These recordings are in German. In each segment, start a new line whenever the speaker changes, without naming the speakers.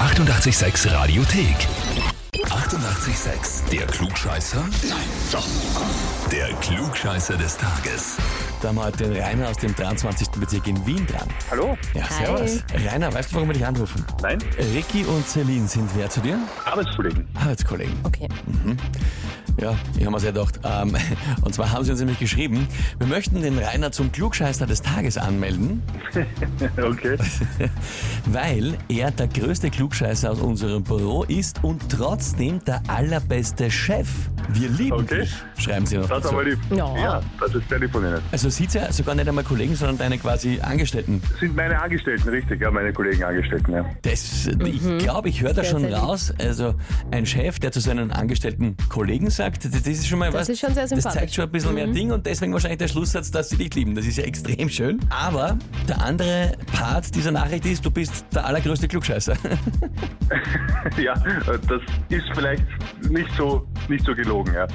886 Radiothek. 88,6. Der Klugscheißer? Nein, doch. Der Klugscheißer des Tages.
Da haben wir heute den Rainer aus dem 23. Bezirk in Wien dran.
Hallo?
Ja,
Hi.
servus. Rainer, weißt du, warum wir dich anrufen?
Nein?
Ricky und Celine sind wer zu dir?
Arbeitskollegen.
Arbeitskollegen.
Okay.
Ja, ich habe mir sehr gedacht. Ähm, und zwar haben sie uns nämlich geschrieben, wir möchten den Rainer zum Klugscheißer des Tages anmelden,
Okay.
weil er der größte Klugscheißer aus unserem Büro ist und trotzdem der allerbeste Chef. Wir lieben
Okay.
dich, schreiben sie noch
Das ist
dazu.
aber lieb.
Ja.
das ist sehr lieb von Ihnen.
Also sieht ja sogar nicht einmal Kollegen, sondern deine quasi Angestellten.
Das sind meine Angestellten, richtig, ja, meine Kollegen Angestellten, ja.
Das, Ich glaube, ich höre da
Mhm. Sehr,
schon
sehr lieb.
raus. Also ein Chef, der zu seinen angestellten Kollegen sagt, das, das ist schon mal was.
ist schon sehr
Das
sympathisch. Mhm.
zeigt schon ein bisschen mehr Ding und deswegen wahrscheinlich der Schlusssatz, dass sie dich lieben. Das ist ja extrem schön. Aber der andere Part dieser Nachricht ist, du bist der allergrößte Klugscheißer.
Ja, äh, das ist vielleicht nicht so, nicht so gelogen, ja.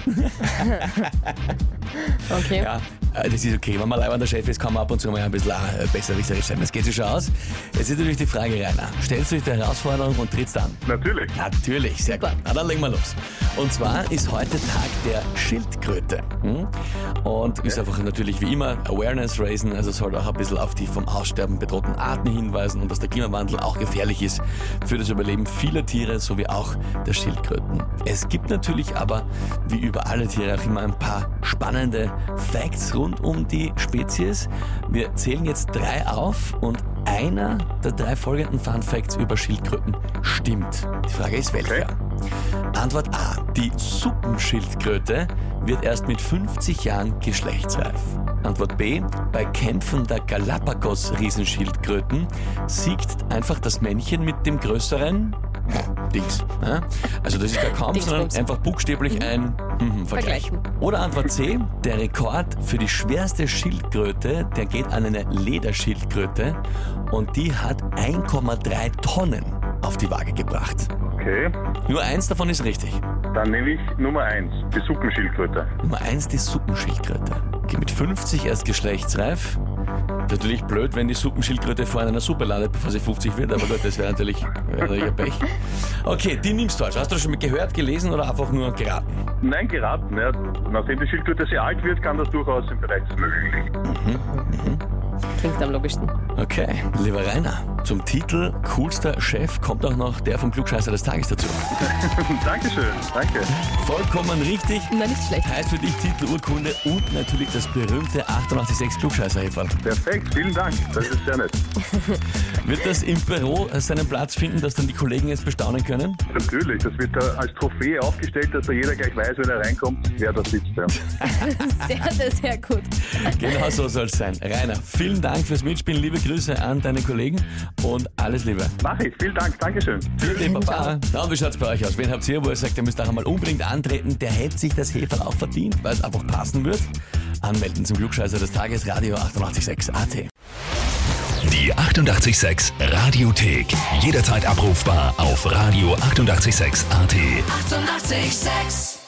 Okay.
ja, äh, das ist okay. Wenn man leider der Chef ist, kann man ab und zu mal ein bisschen äh, besserwisserisch sein. Das geht sich schon aus. Jetzt ist natürlich die Frage, Rainer. Stellst du dich der Herausforderung und trittst an?
Natürlich.
Natürlich, sehr gut. Na, dann legen wir los. Und zwar ist heute Tag der Schildkröte. Hm? Und ist einfach natürlich wie immer Awareness raisen, also soll auch ein bisschen auf die vom Aussterben bedrohten Arten hinweisen und dass der Klimawandel auch gefährlich ist für das Überleben vieler Tiere sowie auch der Schildkröten. Es gibt natürlich aber, wie über alle Tiere, auch immer ein paar spannende Facts rund um die Spezies. Wir zählen jetzt drei auf und einer der drei folgenden Fun Facts über Schildkröten stimmt. Die Frage ist welcher? Antwort A. Die Suppenschildkröte wird erst mit 50 Jahren geschlechtsreif. Antwort B. Bei Kämpfen der Galapagos-Riesenschildkröten siegt einfach das Männchen mit dem größeren Dings. ne? Also das ist gar kaum, sondern
Dingsbums.
einfach buchstäblich ein mhm, Vergleich.
Vergleichen.
Oder Antwort C, der Rekord für die schwerste Schildkröte, der geht an eine Lederschildkröte und die hat 1,3 Tonnen auf die Waage gebracht.
Okay.
Nur eins davon ist richtig.
Dann nehme ich Nummer eins, die Suppenschildkröte.
Nummer eins die Suppenschildkröte. Okay, mit 50 erst geschlechtsreif. Natürlich blöd, wenn die Suppenschildkröte vor einer Suppe landet, bevor sie 50 wird, aber gut, das wäre natürlich, wäre natürlich ein Pech. Okay, die nimmst du also. Hast du das schon mal gehört, gelesen oder einfach nur geraten?
Nein, geraten, ja. Nachdem die Schildkröte sehr alt wird, kann das durchaus im Bereich des Möglichen liegen.
Klingt am logischsten.
Okay, lieber Rainer, zum Titel Coolster Chef kommt auch noch der vom Klugscheißer des Tages dazu.
Dankeschön, danke.
Vollkommen richtig.
Na, nicht schlecht.
Heißt für dich Titel, Urkunde und natürlich das berühmte 886 klugscheißer -Häferl.
Perfekt, vielen Dank. Das ist sehr nett.
Wird das im Büro seinen Platz finden, dass dann die Kollegen es bestaunen können?
Natürlich, das wird da als Trophäe aufgestellt, dass da jeder gleich weiß, wenn er reinkommt, wer da sitzt. Ja.
Sehr, sehr, sehr gut.
Genau so soll es sein. Rainer, vielen Dank fürs Mitspielen. Liebe Grüße an deine Kollegen und alles Liebe.
Mach ich, vielen Dank, Dankeschön.
Bitte, Papa. Na, und wie schaut's bei euch aus? Wen habt ihr, wo ihr sagt, ihr müsst auch einmal unbedingt antreten? Der hätte sich das Heferl auch verdient, weil es einfach passen wird. Anmelden zum Glückscheißer des Tages, Radio 886 AT.
Die 88,6 Radiothek. Jederzeit abrufbar auf radio886.at. 88,6.
Eighty-eight, sex.